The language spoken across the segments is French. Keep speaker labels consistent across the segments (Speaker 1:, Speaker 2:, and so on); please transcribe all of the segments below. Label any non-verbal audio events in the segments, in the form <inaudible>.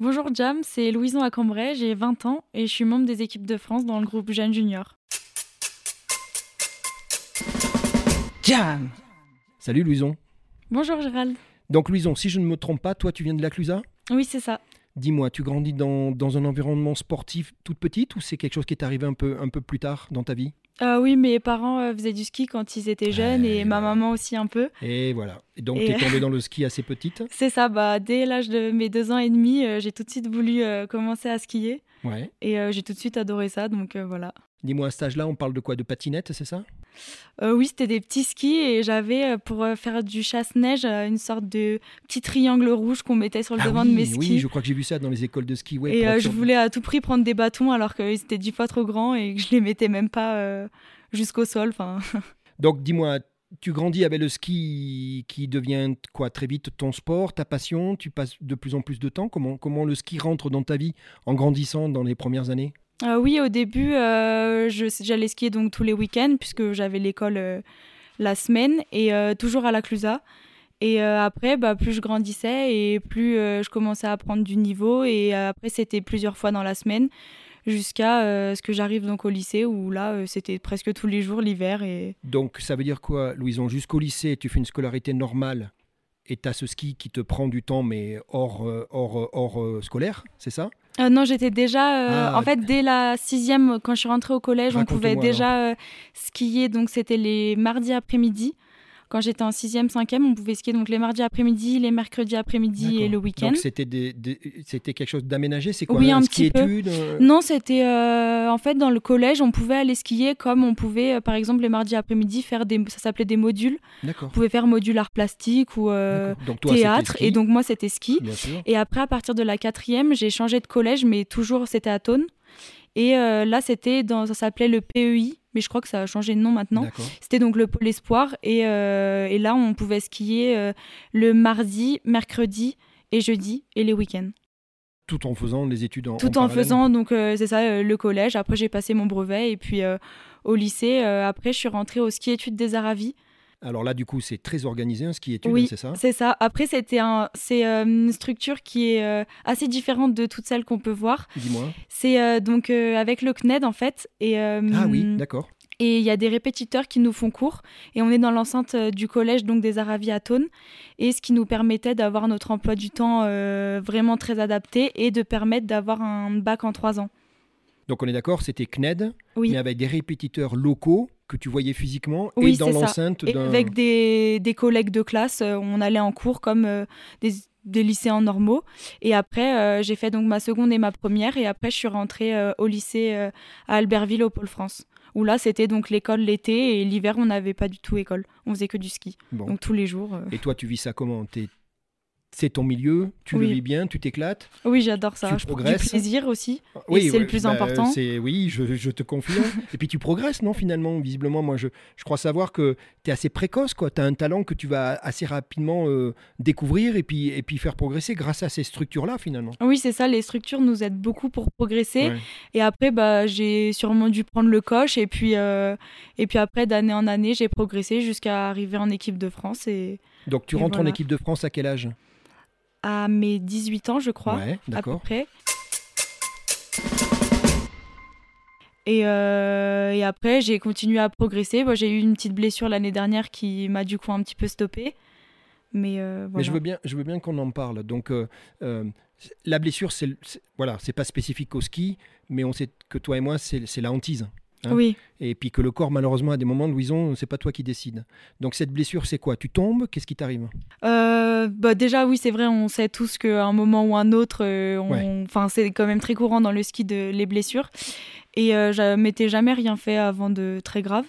Speaker 1: Bonjour Jam, c'est Louison à Cambrai, j'ai 20 ans et je suis membre des équipes de France dans le groupe Jeanne Junior.
Speaker 2: Jam Salut Louison.
Speaker 1: Bonjour Gérald.
Speaker 2: Donc Louison, si je ne me trompe pas, toi tu viens de la Clusa
Speaker 1: Oui, c'est ça.
Speaker 2: Dis-moi, tu grandis dans, dans un environnement sportif toute petite ou c'est quelque chose qui est arrivé un peu, un peu plus tard dans ta vie
Speaker 1: Ah oui, mes parents euh, faisaient du ski quand ils étaient jeunes et ma maman aussi un peu.
Speaker 2: Et voilà. Et donc
Speaker 1: Et-
Speaker 2: tu es tombée dans le ski assez petite
Speaker 1: C'est ça, bah, dès l'âge de mes deux ans et demi, euh, j'ai tout de suite voulu euh, commencer à skier
Speaker 2: Ouais.
Speaker 1: et euh, j'ai tout de suite adoré ça, donc euh, voilà.
Speaker 2: Dis-moi, à cet âge-là, on parle de quoi De patinette, c'est ça
Speaker 1: Euh, oui, c'était des petits skis et j'avais euh, pour euh, faire du chasse-neige euh, une sorte de petit triangle rouge qu'on mettait sur le
Speaker 2: Ah
Speaker 1: devant
Speaker 2: oui,
Speaker 1: de mes skis.
Speaker 2: Oui, je crois que j'ai vu ça dans les écoles de ski. Ouais,
Speaker 1: et
Speaker 2: pour
Speaker 1: euh,
Speaker 2: être
Speaker 1: je
Speaker 2: sûr-
Speaker 1: voulais à tout prix prendre des bâtons alors qu'ils étaient dix fois trop grands et que je les mettais même pas euh, jusqu'au sol. Enfin,
Speaker 2: Donc dis-moi, tu grandis avec le ski qui devient quoi très vite ton sport, ta passion, tu passes de plus en plus de temps. Comment, comment le ski rentre dans ta vie en grandissant dans les premières années
Speaker 1: Euh, oui, au début, euh, je- j'allais skier donc tous les week-ends puisque j'avais l'école euh, la semaine et euh, toujours à la Clusa. Et euh, après, bah, plus je grandissais et plus euh, je commençais à prendre du niveau. Et euh, après, c'était plusieurs fois dans la semaine jusqu'à euh, ce que j'arrive donc au lycée où là, euh, c'était presque tous les jours l'hiver et
Speaker 2: Donc ça veut dire quoi, Louison Jusqu'au lycée, tu fais une scolarité normale et tu as ce ski qui te prend du temps, mais hors, euh, hors, euh, hors euh, scolaire, c'est ça
Speaker 1: Euh, non, j'étais déjà. euh,
Speaker 2: Ah.
Speaker 1: En fait, dès la sixième, quand je suis rentrée au collège, on
Speaker 2: Raconte-moi
Speaker 1: pouvait déjà euh, skier. Donc, c'était les mardis après-midi. Quand j'étais en sixième, cinquième, on pouvait skier donc les mardis après-midi, les mercredis après-midi et
Speaker 2: D'accord.
Speaker 1: le week-end.
Speaker 2: Donc c'était, des- des- c'était quelque chose d'aménagé, c'est quoi
Speaker 1: Oui, un
Speaker 2: ski
Speaker 1: petit peu.
Speaker 2: étude euh,
Speaker 1: Non, c'était euh, en fait dans le collège, on pouvait aller skier comme on pouvait, euh, par exemple, les mardis après-midi faire des, ça s'appelait des modules.
Speaker 2: D'accord.
Speaker 1: On pouvait faire module art plastique ou euh,
Speaker 2: d'accord. Donc toi, c'était
Speaker 1: théâtre.
Speaker 2: ski,
Speaker 1: Et donc moi, c'était ski.
Speaker 2: bien sûr.
Speaker 1: Et après, à partir de la quatrième, j'ai changé de collège, mais toujours c'était à Thônes. Et euh, là, c'était dans, ça s'appelait le PEI, mais je crois que ça a changé de nom maintenant.
Speaker 2: D'accord.
Speaker 1: C'était donc le Pôle Espoir. Et, euh, et là, on pouvait skier euh, le mardi, mercredi et jeudi et les week-ends.
Speaker 2: Tout en faisant les études en
Speaker 1: Tout en,
Speaker 2: parallèle.
Speaker 1: faisant, donc euh, c'est ça, euh, le collège. Après, j'ai passé mon brevet et puis euh, au lycée. euh, après, je suis rentrée au ski études des Aravis.
Speaker 2: Alors là, du coup, c'est très organisé, un ski étude,
Speaker 1: Oui.
Speaker 2: c'est ça
Speaker 1: C'est ça. Après, c'était un, c'est euh, une structure qui est euh, assez différente de toutes celles qu'on peut voir.
Speaker 2: Dis-moi.
Speaker 1: C'est euh, donc euh, avec le CNED en fait. Et, euh,
Speaker 2: Ah oui, d'accord.
Speaker 1: et il y a des répétiteurs qui nous font cours. Et on est dans l'enceinte euh, du collège donc des Aravis à Thônes. Et ce qui nous permettait d'avoir notre emploi du temps euh, vraiment très adapté et de permettre d'avoir un bac en trois ans.
Speaker 2: Donc on est d'accord, c'était CNED,
Speaker 1: Oui.
Speaker 2: mais avec des répétiteurs locaux que tu voyais physiquement et
Speaker 1: Oui,
Speaker 2: dans
Speaker 1: c'est ça.
Speaker 2: l'enceinte
Speaker 1: Et
Speaker 2: d'un...
Speaker 1: avec des, des collègues de classe, euh, on allait en cours comme euh, des, des lycéens normaux. Et après, euh, j'ai fait donc ma seconde et ma première. Et après, je suis rentrée euh, au lycée euh, à Albertville, au Pôle France. Où là, c'était donc l'école l'été et l'hiver, on n'avait pas du tout école. On faisait que du ski.
Speaker 2: Bon.
Speaker 1: Donc tous les jours. euh.
Speaker 2: Et toi, tu vis ça comment T'es- C'est ton milieu, tu le
Speaker 1: Oui.
Speaker 2: vis bien, tu t'éclates.
Speaker 1: Oui, j'adore ça.
Speaker 2: Tu
Speaker 1: Je prends du
Speaker 2: progresses.
Speaker 1: plaisir aussi.
Speaker 2: Oui,
Speaker 1: c'est le
Speaker 2: ouais,
Speaker 1: plus
Speaker 2: bah,
Speaker 1: important.
Speaker 2: c'est- Oui, je, je
Speaker 1: <laughs>
Speaker 2: te confirme. et puis tu progresses, non, finalement Visiblement, moi, je, je crois savoir que tu es assez précoce, quoi. Tu as un talent que tu vas assez rapidement euh, découvrir et puis, et puis faire progresser grâce à ces structures-là, finalement.
Speaker 1: Oui, c'est ça. Les structures nous aident beaucoup pour progresser.
Speaker 2: Ouais.
Speaker 1: Et après, bah, j'ai sûrement dû prendre le coche. Et puis, euh, et puis après, d'année en année, j'ai progressé jusqu'à arriver en équipe de France. Et
Speaker 2: Donc tu
Speaker 1: Et
Speaker 2: rentres en
Speaker 1: voilà.
Speaker 2: équipe de France à quel âge
Speaker 1: à mes 18 ans, je crois,
Speaker 2: Ouais,
Speaker 1: à peu
Speaker 2: d'accord.
Speaker 1: près. Et, euh, et après, j'ai continué à progresser. Moi, j'ai eu une petite blessure l'année dernière qui m'a du coup un petit peu stoppée. Mais, euh,
Speaker 2: Mais
Speaker 1: voilà.
Speaker 2: je veux bien, je veux bien qu'on en parle. Donc, euh, euh, la blessure, c'est, le- c'est- voilà, c'est pas spécifique au ski, mais on sait que toi et moi, c'est, c'est la hantise. hein.
Speaker 1: Oui.
Speaker 2: Et puis que le corps, malheureusement, à des moments, Louison, c'est pas toi qui décide. Donc cette blessure, c'est quoi Tu tombes Qu'est-ce qui t'arrive
Speaker 1: Euh, bah déjà oui c'est vrai on sait tous qu'à un moment ou un autre euh, on... enfin c'est quand même très courant dans le ski de les blessures et euh, je m'étais jamais rien fait avant de très grave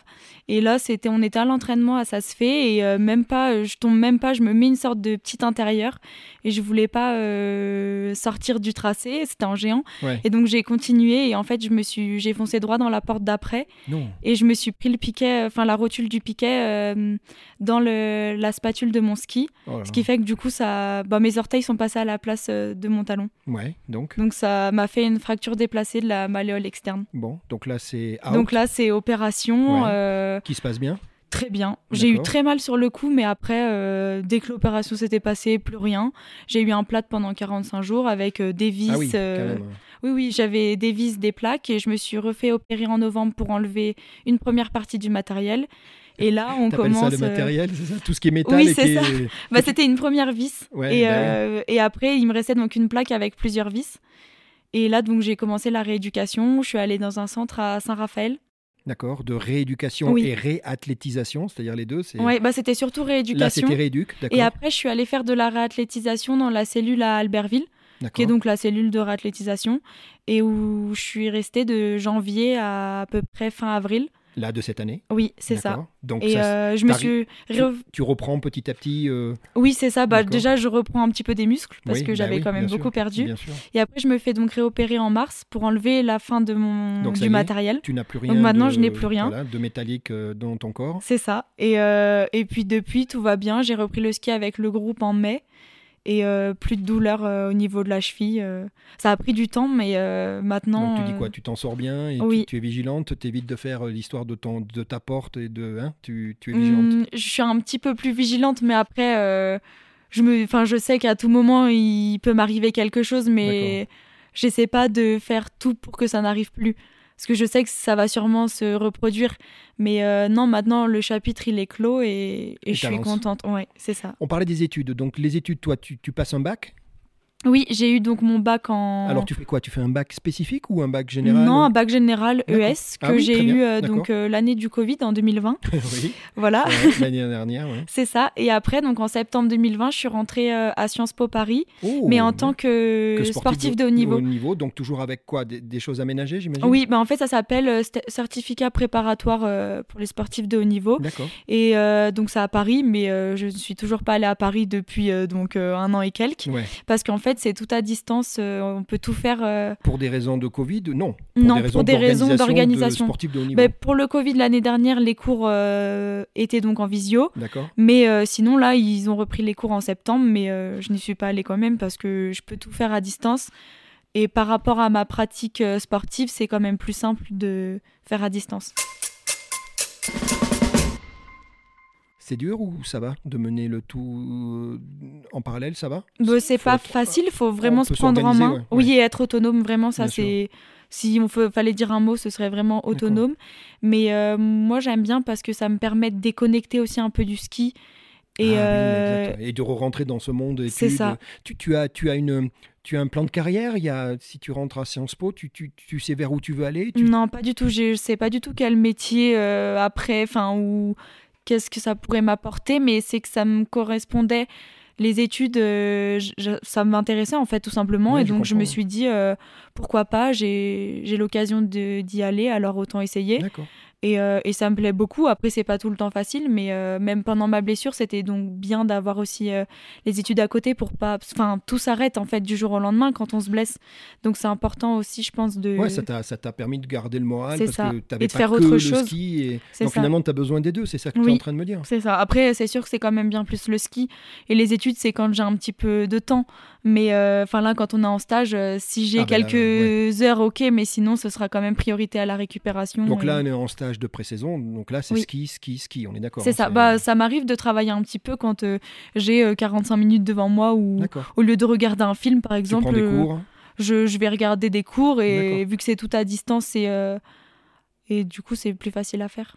Speaker 1: et là c'était on était à l'entraînement à ça se fait et euh, même pas euh, je tombe même pas je me mets une sorte de petit intérieur et je voulais pas euh, sortir du tracé c'était en géant
Speaker 2: Ouais.
Speaker 1: et donc j'ai continué et en fait je me suis j'ai foncé droit dans la porte d'après
Speaker 2: Non.
Speaker 1: et je me suis pris le piquet euh, enfin la rotule du piquet euh, dans le la spatule de mon ski
Speaker 2: Oh là
Speaker 1: ce qui
Speaker 2: là.
Speaker 1: fait que du coup, ça, bah, mes orteils sont passés à la place euh, de mon talon.
Speaker 2: Ouais. Donc
Speaker 1: Donc ça m'a fait une fracture déplacée de la malléole externe.
Speaker 2: bon. Donc là, c'est out
Speaker 1: Donc là, c'est opération.
Speaker 2: Ah, Ouais.
Speaker 1: euh,
Speaker 2: qui se passe bien.
Speaker 1: très bien. J'ai eu très mal sur le coup, mais après, euh, dès que l'opération s'était passée, plus rien. J'ai eu un plâtre pendant 45 jours avec euh, des vis.
Speaker 2: Ah oui,
Speaker 1: euh,
Speaker 2: quand même.
Speaker 1: oui, oui, j'avais des vis, des plaques, et je me suis refait opérer en novembre pour enlever une première partie du matériel. Et là, on
Speaker 2: T'appelles
Speaker 1: commence.
Speaker 2: ça le
Speaker 1: euh,
Speaker 2: matériel, c'est ça Tout ce qui est métal
Speaker 1: oui,
Speaker 2: et qui
Speaker 1: c'est ça.
Speaker 2: est-
Speaker 1: bah, c'était une première vis.
Speaker 2: Ouais,
Speaker 1: et,
Speaker 2: bah oui.
Speaker 1: euh, et après, il me restait donc une plaque avec plusieurs vis. Et là, donc, j'ai commencé la rééducation. Je suis allée dans un centre à Saint-Raphaël.
Speaker 2: D'accord, de rééducation
Speaker 1: Oui.
Speaker 2: et réathlétisation, c'est-à-dire les deux. c'est-
Speaker 1: Ouais, bah, c'était surtout
Speaker 2: Là,
Speaker 1: rééducation.
Speaker 2: c'était rééduc, d'accord.
Speaker 1: Et après, je suis allée faire de la réathlétisation dans la cellule à Albertville, qui est
Speaker 2: d'accord.
Speaker 1: donc la cellule de réathlétisation, et où je suis restée de janvier à à peu près fin avril.
Speaker 2: Là, de cette année.
Speaker 1: Oui, c'est ça.
Speaker 2: d'accord. Donc,
Speaker 1: Et
Speaker 2: ça,
Speaker 1: euh, je me
Speaker 2: t'as
Speaker 1: suis... re-
Speaker 2: tu reprends petit à petit. euh,
Speaker 1: Oui, c'est ça. Bah,
Speaker 2: D'accord.
Speaker 1: déjà, je reprends un petit peu des muscles parce
Speaker 2: oui,
Speaker 1: que
Speaker 2: bah
Speaker 1: j'avais
Speaker 2: oui,
Speaker 1: quand même
Speaker 2: bien sûr,
Speaker 1: beaucoup perdu.
Speaker 2: Bien sûr.
Speaker 1: Et après, je me fais donc réopérer en mars pour enlever la fin de mon...
Speaker 2: Donc, ça
Speaker 1: du
Speaker 2: y est.
Speaker 1: matériel.
Speaker 2: Tu n'as plus rien.
Speaker 1: maintenant, je
Speaker 2: de-
Speaker 1: n'ai plus rien.
Speaker 2: voilà, de métallique euh, dans ton corps.
Speaker 1: C'est ça. Et, euh, et puis depuis, tout va bien. J'ai repris le ski avec le groupe en mai. Et euh, plus de douleur euh, au niveau de la cheville. euh. Ça a pris du temps, mais euh, maintenant.
Speaker 2: Donc, tu dis
Speaker 1: euh,
Speaker 2: quoi Tu t'en sors bien et
Speaker 1: oui.
Speaker 2: tu, tu es vigilante. Tu évites de faire euh, l'histoire de, ton, de ta porte et de. hein, tu, tu es vigilante.
Speaker 1: hmm, Je suis un petit peu plus vigilante, mais après, euh, je, me, enfin, je sais qu'à tout moment, il peut m'arriver quelque chose, mais j'essaie pas de faire tout pour que ça n'arrive plus. Parce que je sais que ça va sûrement se reproduire. Mais euh, non, maintenant, le chapitre, il est clos et, et
Speaker 2: Et
Speaker 1: je suis
Speaker 2: t'avances.
Speaker 1: contente. Ouais, c'est ça.
Speaker 2: On parlait des études. Donc, les études, toi, tu, tu passes un bac.
Speaker 1: Oui, j'ai eu donc mon bac en.
Speaker 2: Alors, tu fais quoi Tu fais un bac spécifique ou un bac général
Speaker 1: Ah.
Speaker 2: <laughs>
Speaker 1: Non, un bac général
Speaker 2: D'accord.
Speaker 1: ES que
Speaker 2: Ah oui,
Speaker 1: j'ai
Speaker 2: très
Speaker 1: eu
Speaker 2: bien,
Speaker 1: euh, donc euh, l'année du Covid en 2020.
Speaker 2: Oui,
Speaker 1: Voilà,
Speaker 2: ouais,
Speaker 1: <laughs>
Speaker 2: l'année dernière. ouais.
Speaker 1: c'est ça. Et après, donc en septembre 2020, je suis rentrée euh, à Sciences Po Paris,
Speaker 2: Oh,
Speaker 1: mais en
Speaker 2: ouais.
Speaker 1: tant que,
Speaker 2: Que
Speaker 1: sportif, de haut niveau.
Speaker 2: donc toujours avec quoi Des, des choses aménagées, j'imagine
Speaker 1: Oui, bah en fait, ça s'appelle euh, st- certificat préparatoire euh, pour les sportifs de haut niveau.
Speaker 2: D'accord.
Speaker 1: Et euh, donc, c'est à Paris, mais euh, je ne suis toujours pas allée à Paris depuis euh, donc euh, un an et quelques.
Speaker 2: Ouais.
Speaker 1: Parce qu'en fait, c'est tout à distance. euh, on peut tout faire. euh,
Speaker 2: Pour des raisons de Covid Non.
Speaker 1: Non, pour des raisons d'organisation.
Speaker 2: sportive de haut niveau.
Speaker 1: Ben, pour le Covid l'année dernière, les cours euh, étaient donc en visio.
Speaker 2: D'accord.
Speaker 1: Mais euh, sinon, là, ils ont repris les cours en septembre, mais euh, je n'y suis pas allée quand même parce que je peux tout faire à distance. Et par rapport à ma pratique euh, sportive, c'est quand même plus simple de faire à distance.
Speaker 2: C'est dur ou ça va de mener le tout euh, en parallèle, ça va
Speaker 1: Bah, c'est
Speaker 2: Faut
Speaker 1: pas
Speaker 2: être-
Speaker 1: facile, faut vraiment se
Speaker 2: peut
Speaker 1: prendre en main.
Speaker 2: s'organiser, ouais,
Speaker 1: Oui, et être autonome, vraiment, ça
Speaker 2: Bien sûr.
Speaker 1: c'est. Si on fe- fallait dire un mot, ce serait vraiment autonome. Mais euh, moi, j'aime bien parce que ça me permet de déconnecter aussi un peu du ski.
Speaker 2: Ah oui,
Speaker 1: Et euh,
Speaker 2: exact. Et de rentrer dans ce monde. études.
Speaker 1: c'est ça.
Speaker 2: Tu, tu as, tu as une, tu as un plan de carrière. Il y a, si tu rentres à Sciences Po, tu, tu, tu sais vers où tu veux aller. Tu...
Speaker 1: Non, pas du tout. J'ai- Je sais pas du tout quel métier euh, après, enfin, ou qu'est-ce que ça pourrait m'apporter, mais c'est que ça me correspondait. Les études, euh, je- je- ça m'intéressait en fait tout simplement,
Speaker 2: Oui,
Speaker 1: et
Speaker 2: je
Speaker 1: donc je, me
Speaker 2: comprends.
Speaker 1: suis dit euh, pourquoi pas, j'ai j'ai l'occasion de- d'y aller, alors autant essayer.
Speaker 2: D'accord.
Speaker 1: Et, euh, et ça me plaît beaucoup. Après, c'est pas tout le temps facile, mais euh, même pendant ma blessure, c'était donc bien d'avoir aussi euh, les études à côté pour pas. Enfin, tout s'arrête en fait du jour au lendemain quand on se blesse, donc c'est important aussi, je pense, de.
Speaker 2: Ouais, ça t'a, ça t'a permis de garder le moral
Speaker 1: C'est
Speaker 2: parce
Speaker 1: ça.
Speaker 2: que t'avais
Speaker 1: Et de
Speaker 2: pas
Speaker 1: faire
Speaker 2: que
Speaker 1: autre
Speaker 2: le
Speaker 1: chose.
Speaker 2: ski. Et...
Speaker 1: C'est
Speaker 2: Donc
Speaker 1: ça.
Speaker 2: finalement, tu as besoin des deux. C'est ça que tu es
Speaker 1: Oui.
Speaker 2: en train de me dire.
Speaker 1: C'est ça. Après, c'est sûr que c'est quand même bien plus le ski. Et les études, c'est quand j'ai un petit peu de temps. Mais euh, enfin là, quand on est en stage, euh, si j'ai
Speaker 2: Ah, ben là,
Speaker 1: quelques heures, ok, mais sinon, ce sera quand même priorité à la récupération.
Speaker 2: Donc
Speaker 1: et-
Speaker 2: là, on est en stage de pré-saison. Donc là, c'est
Speaker 1: Oui.
Speaker 2: ski, ski, ski. On est d'accord.
Speaker 1: c'est
Speaker 2: hein,
Speaker 1: ça. Bah, ça m'arrive de travailler un petit peu quand euh, j'ai euh, 45 minutes devant moi ou
Speaker 2: D'accord.
Speaker 1: au lieu de regarder un film, par
Speaker 2: Tu
Speaker 1: exemple,
Speaker 2: prends des
Speaker 1: euh,
Speaker 2: cours.
Speaker 1: je, je vais regarder des cours et
Speaker 2: D'accord.
Speaker 1: vu que c'est tout à distance et, euh, et du coup, c'est plus facile à faire.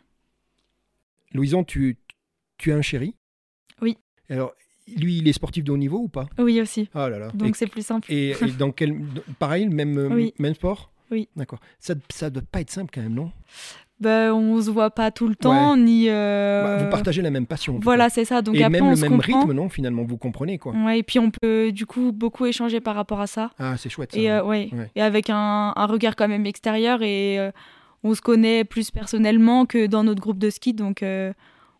Speaker 2: Louison, tu, tu as un chéri
Speaker 1: Oui.
Speaker 2: Alors, lui, il est sportif de haut niveau ou pas
Speaker 1: Oui, aussi.
Speaker 2: Ah là là.
Speaker 1: Donc c'est plus simple. <laughs>
Speaker 2: et, et, et dans quel. Pareil, le même, euh,
Speaker 1: Oui.
Speaker 2: même sport
Speaker 1: Oui.
Speaker 2: D'accord. Ça ne doit pas être simple quand même, non
Speaker 1: Bah, on se voit pas tout le temps, ni. euh,
Speaker 2: Bah, Vous partagez la même passion. en tout
Speaker 1: Voilà,
Speaker 2: cas.
Speaker 1: c'est ça. Donc
Speaker 2: et
Speaker 1: après,
Speaker 2: même
Speaker 1: on
Speaker 2: le
Speaker 1: se
Speaker 2: même
Speaker 1: comprend. Mm.
Speaker 2: rythme, non Finalement, vous comprenez quoi.
Speaker 1: Ouais, et puis on peut du coup beaucoup échanger par rapport à ça.
Speaker 2: Ah, c'est chouette. Ça.
Speaker 1: Et, euh, ouais.
Speaker 2: Ouais.
Speaker 1: et avec un, un regard quand même extérieur. Et euh, on se connaît plus personnellement que dans notre groupe de ski. Donc euh,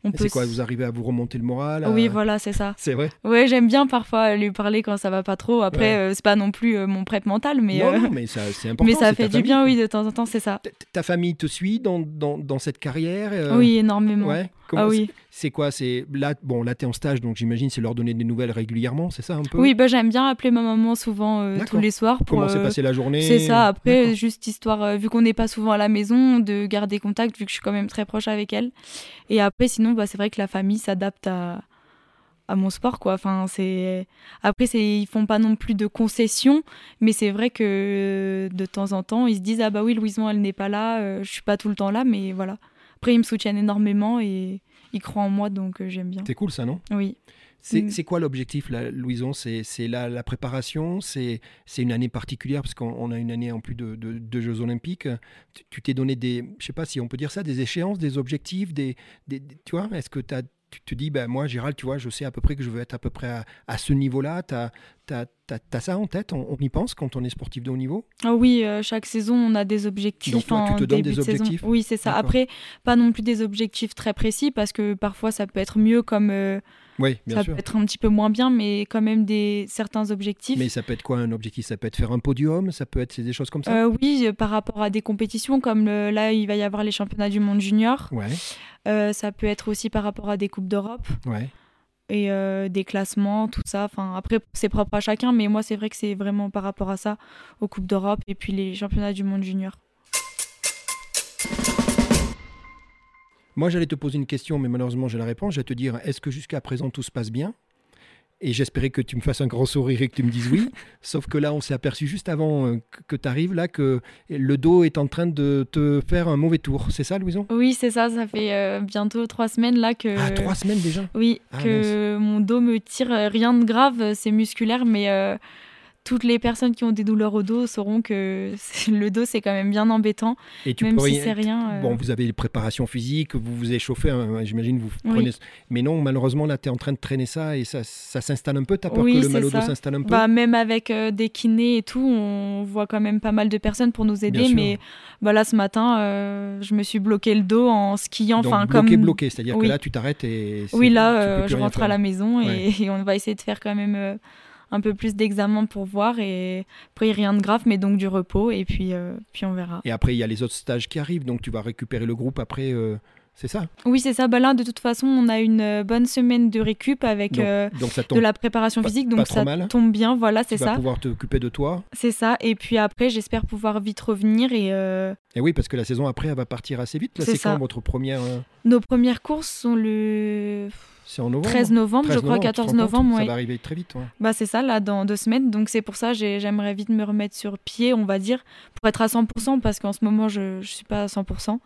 Speaker 1: On
Speaker 2: C'est quoi, vous euh, arrivez à vous remonter le moral à-
Speaker 1: Oui, voilà, c'est ça.
Speaker 2: C'est vrai.
Speaker 1: Ouais, j'aime bien parfois lui parler quand ça va pas trop. Après,
Speaker 2: Ouais.
Speaker 1: euh, c'est pas non plus euh, mon prep mental, mais,
Speaker 2: non,
Speaker 1: euh,
Speaker 2: non, mais ça, c'est important.
Speaker 1: <laughs> mais ça
Speaker 2: c'est ta
Speaker 1: fait du
Speaker 2: famille,
Speaker 1: bien,
Speaker 2: quoi.
Speaker 1: oui, de temps en temps, c'est ça.
Speaker 2: Ta- Ta famille te suit dans, dans, dans cette carrière euh,
Speaker 1: Oui, énormément.
Speaker 2: Ouais. Comment-
Speaker 1: ah oui.
Speaker 2: C'est quoi C'est là, bon, là t'es en stage, donc j'imagine c'est leur donner des nouvelles régulièrement, c'est ça un peu
Speaker 1: Oui, bah, j'aime bien appeler ma maman souvent euh, tous
Speaker 2: D'accord.
Speaker 1: les soirs pour.
Speaker 2: Comment s'est
Speaker 1: euh,
Speaker 2: passée la journée
Speaker 1: C'est ça. Après,
Speaker 2: D'accord.
Speaker 1: juste histoire, euh, vu qu'on n'est pas souvent à la maison, de garder contact, vu que je suis quand même très proche avec elle. Et après, sinon, bah, c'est vrai que la famille s'adapte à, à mon sport, quoi. Enfin, c'est après, c'est ils font pas non plus de concessions, mais c'est vrai que euh, de temps en temps, ils se disent ah bah oui, Louison, elle n'est pas là, euh, je suis pas tout le temps là, mais voilà. Après, ils me soutiennent énormément et ils croient en moi, donc euh, j'aime bien.
Speaker 2: C'est cool ça, non
Speaker 1: Oui.
Speaker 2: C'est
Speaker 1: Mm.
Speaker 2: c'est quoi l'objectif, là, Louison C'est c'est la, la préparation C'est c'est une année particulière parce qu'on on a une année en plus de, de- de Jeux Olympiques. Tu- Tu t'es donné des, je sais pas si on peut dire ça, des échéances, des objectifs, des, des- des- tu vois Est-ce que t'as- tu te dis, ben moi, Gérald, tu vois, je sais à peu près que je veux être à peu près à, à ce niveau-là. T'as as, ça en tête on, on y pense quand on est sportif de haut niveau
Speaker 1: Ah oui, euh, chaque saison, on a des objectifs.
Speaker 2: Donc toi, tu
Speaker 1: en
Speaker 2: te donnes
Speaker 1: début
Speaker 2: des
Speaker 1: de saison.
Speaker 2: objectifs
Speaker 1: Oui, c'est ça.
Speaker 2: D'accord.
Speaker 1: Après, pas non plus des objectifs très précis parce que parfois, ça peut être mieux comme euh,
Speaker 2: Oui, bien
Speaker 1: ça
Speaker 2: sûr.
Speaker 1: peut être un petit peu moins bien, mais quand même des certains objectifs.
Speaker 2: Mais ça peut être quoi un objectif Ça peut être faire un podium, ça peut être c'est des choses comme ça
Speaker 1: Euh, oui, euh, par rapport à des compétitions comme le- là, il va y avoir les championnats du monde junior.
Speaker 2: Ouais,
Speaker 1: Euh, ça peut être aussi par rapport à des coupes d'Europe
Speaker 2: ouais.
Speaker 1: et euh, des classements, tout ça. Enfin, après, c'est propre à chacun, mais moi, c'est vrai que c'est vraiment par rapport à ça, aux coupes d'Europe et puis les championnats du monde junior.
Speaker 2: Moi, j'allais te poser une question, mais malheureusement, j'ai la réponse. Je vais te dire, est-ce que jusqu'à présent tout se passe bien Et j'espérais que tu me fasses un grand sourire et que tu me dises oui. Sauf que là, on s'est aperçu juste avant euh, que- que tu arrives là que le dos est en train de te faire un mauvais tour. C'est ça, Louison
Speaker 1: Oui, c'est ça. Ça fait euh, bientôt trois semaines là que.
Speaker 2: Ah, trois semaines déjà
Speaker 1: Oui,
Speaker 2: Ah,
Speaker 1: que mon dos me tire euh, rien de grave, euh, c'est musculaire, mais euh, toutes les personnes qui ont des douleurs au dos sauront que <laughs> c'est- le dos c'est quand même bien embêtant,
Speaker 2: Et tu
Speaker 1: même
Speaker 2: peux
Speaker 1: si
Speaker 2: rien-
Speaker 1: c'est rien. euh,
Speaker 2: Bon, vous avez les préparations physiques, vous vous échauffez, hein, j'imagine, vous
Speaker 1: Oui.
Speaker 2: prenez. Mais non, malheureusement, là, tu es en train de traîner ça et ça, ça s'installe un peu. Tu as peur
Speaker 1: Oui,
Speaker 2: que le
Speaker 1: c'est
Speaker 2: mal au dos
Speaker 1: ça.
Speaker 2: s'installe un peu
Speaker 1: bah, même avec euh, des kinés et tout, on voit quand même pas mal de personnes pour nous aider,
Speaker 2: sûr.
Speaker 1: mais bah, là ce matin, euh, je me suis bloqué le dos en skiant,
Speaker 2: Donc,
Speaker 1: enfin
Speaker 2: bloqué,
Speaker 1: comme
Speaker 2: bloqué. C'est-à-dire que
Speaker 1: oui.
Speaker 2: là, tu t'arrêtes et. c'est-
Speaker 1: Oui, là,
Speaker 2: tu peux
Speaker 1: euh,
Speaker 2: plus
Speaker 1: je
Speaker 2: rien
Speaker 1: rentre à
Speaker 2: faire.
Speaker 1: la maison et, et <laughs> on va essayer de faire quand même euh, un peu plus d'examens pour voir. Et après, rien de grave, mais donc du repos. Et puis, euh, puis on verra.
Speaker 2: Et après, il y a les autres stages qui arrivent, donc tu vas récupérer le groupe après, euh, c'est ça
Speaker 1: Oui, c'est ça. Bah là, de toute façon, on a une euh, bonne semaine de récup avec
Speaker 2: Donc,
Speaker 1: euh,
Speaker 2: Donc ça
Speaker 1: de
Speaker 2: tombe.
Speaker 1: la préparation
Speaker 2: pas-
Speaker 1: physique.
Speaker 2: pas
Speaker 1: Donc
Speaker 2: trop
Speaker 1: ça
Speaker 2: mal.
Speaker 1: tombe bien. Voilà,
Speaker 2: Tu
Speaker 1: c'est
Speaker 2: vas
Speaker 1: ça.
Speaker 2: pouvoir t'occuper de toi.
Speaker 1: C'est ça. Et puis après, j'espère pouvoir vite revenir. Et euh,
Speaker 2: Et oui, parce que la saison après, elle va partir assez vite. Là,
Speaker 1: C'est
Speaker 2: c'est quand
Speaker 1: ça.
Speaker 2: votre première euh,
Speaker 1: nos premières courses sont le
Speaker 2: C'est en novembre
Speaker 1: 13 novembre,
Speaker 2: 13
Speaker 1: je crois,
Speaker 2: novembre, tu te
Speaker 1: 14
Speaker 2: rends compte
Speaker 1: novembre.
Speaker 2: Ça
Speaker 1: ouais.
Speaker 2: va arriver très vite. ouais.
Speaker 1: Bah c'est ça, là, dans deux semaines. Donc c'est pour ça j'ai- j'aimerais vite me remettre sur pied, on va dire, pour être à 100%, parce qu'en ce moment, je ne suis pas à 100%.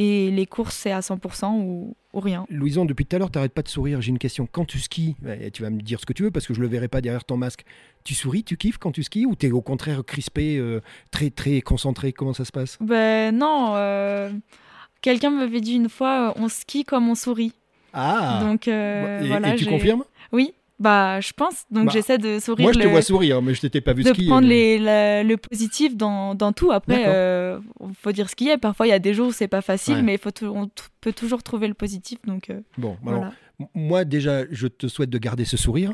Speaker 1: Et les courses, c'est à 100% ou, ou rien.
Speaker 2: Louison, depuis tout à l'heure, t'arrêtes pas de sourire. J'ai une question. Quand tu skis, et tu vas me dire ce que tu veux parce que je le verrai pas derrière ton masque. Tu souris, tu kiffes quand tu skis ou t'es au contraire crispé, euh, très très concentré Comment ça se passe
Speaker 1: Ben non, euh, quelqu'un m'avait dit une fois, euh, on skie comme on sourit.
Speaker 2: Ah
Speaker 1: Donc euh,
Speaker 2: Et- et,
Speaker 1: voilà.
Speaker 2: tu
Speaker 1: j'ai-
Speaker 2: confirmes
Speaker 1: Oui, bah je pense. Donc
Speaker 2: Bah,
Speaker 1: j'essaie de sourire.
Speaker 2: Moi, je te
Speaker 1: le-
Speaker 2: vois sourire, mais je t'étais pas vu
Speaker 1: de
Speaker 2: skier.
Speaker 1: prendre
Speaker 2: mais-
Speaker 1: les, la- le positif dans, dans tout. Après,
Speaker 2: euh, D'accord.
Speaker 1: euh, faut dire ce qu'il y a. Parfois, il y a des jours où c'est pas facile,
Speaker 2: Ouais.
Speaker 1: mais faut tou- on t- peut toujours trouver le positif. Donc euh,
Speaker 2: Bon, Bah, alors,
Speaker 1: voilà.
Speaker 2: M- Moi, déjà, je te souhaite de garder ce sourire.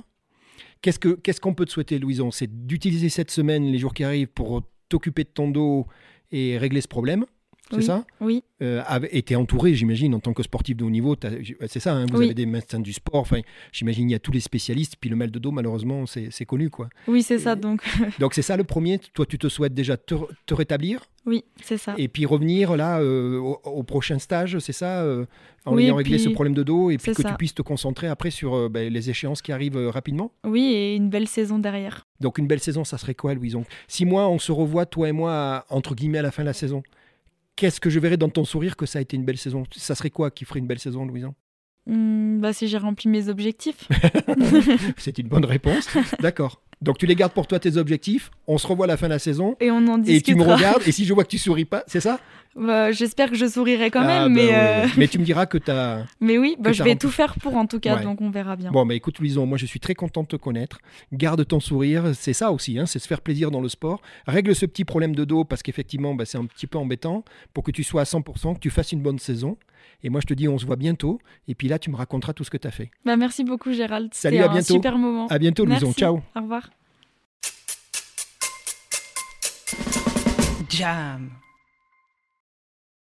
Speaker 2: Qu'est-ce que qu'est-ce qu'on peut te souhaiter, Louison C'est d'utiliser cette semaine, les jours qui arrivent, pour t'occuper de ton dos et régler ce problème. C'est
Speaker 1: Oui.
Speaker 2: ça
Speaker 1: Oui.
Speaker 2: Euh, avec- Et t'es entouré, j'imagine, en tant que sportif de haut niveau. t'as- j- C'est ça, hein, vous
Speaker 1: Oui.
Speaker 2: avez des médecins du sport. Enfin, j'imagine, il y a tous les spécialistes. Puis le mal de dos, malheureusement, c'est c'est connu.
Speaker 1: <laughs>
Speaker 2: quoi.
Speaker 1: Oui, c'est
Speaker 2: Et-
Speaker 1: ça, donc.
Speaker 2: Donc, c'est ça le premier. Toi, tu te souhaites déjà te, re- te rétablir
Speaker 1: Oui, c'est ça.
Speaker 2: et puis revenir là euh, au, au prochain stage, c'est ça euh, En
Speaker 1: Oui,
Speaker 2: ayant
Speaker 1: et
Speaker 2: réglé ce
Speaker 1: puis-
Speaker 2: problème de dos et puis
Speaker 1: c'est
Speaker 2: que tu
Speaker 1: ça.
Speaker 2: puisses te concentrer après sur euh, ben, les échéances qui arrivent euh, rapidement
Speaker 1: Oui, et une belle saison derrière.
Speaker 2: Donc une belle saison, ça serait quoi, Louison Si moi, on se revoit, toi et moi, à- entre guillemets, à la fin de la saison, qu'est-ce que je verrai dans ton sourire que ça a été une belle saison Ça serait quoi qui ferait une belle
Speaker 1: <laughs>
Speaker 2: saison, Louison
Speaker 1: Hum,
Speaker 2: <laughs>
Speaker 1: Hmm, bah, si j'ai rempli mes objectifs.
Speaker 2: C'est une bonne réponse. D'accord. Donc tu les gardes pour toi tes objectifs, on se revoit à la fin de la saison.
Speaker 1: Et on en discutera.
Speaker 2: Et tu me regardes, et si je vois que tu souris pas, c'est ça
Speaker 1: Bah, J'espère que je sourirai quand
Speaker 2: Ah,
Speaker 1: même, mais,
Speaker 2: bah, ouais,
Speaker 1: euh,
Speaker 2: ouais. mais tu me diras que tu as...
Speaker 1: mais oui, bah,
Speaker 2: que
Speaker 1: je
Speaker 2: t'as
Speaker 1: vais
Speaker 2: rempli.
Speaker 1: tout faire pour en tout cas,
Speaker 2: Ouais.
Speaker 1: donc on verra bien.
Speaker 2: Bon, bah écoute, Louison, moi je suis très content de te connaître. Garde ton sourire, c'est ça aussi, hein, c'est se faire plaisir dans le sport. Règle ce petit problème de dos parce qu'effectivement, bah, c'est un petit peu embêtant pour que tu sois à 100%, que tu fasses une bonne saison. Et moi je te dis, on se voit bientôt. Et puis là, tu me raconteras tout ce que tu as fait.
Speaker 1: Bah, merci beaucoup Gérald,
Speaker 2: Salut,
Speaker 1: c'était
Speaker 2: à
Speaker 1: un
Speaker 2: bientôt.
Speaker 1: super moment.
Speaker 2: À bientôt,
Speaker 1: merci.
Speaker 2: Louison. Ciao.
Speaker 1: Au revoir.
Speaker 3: Jam.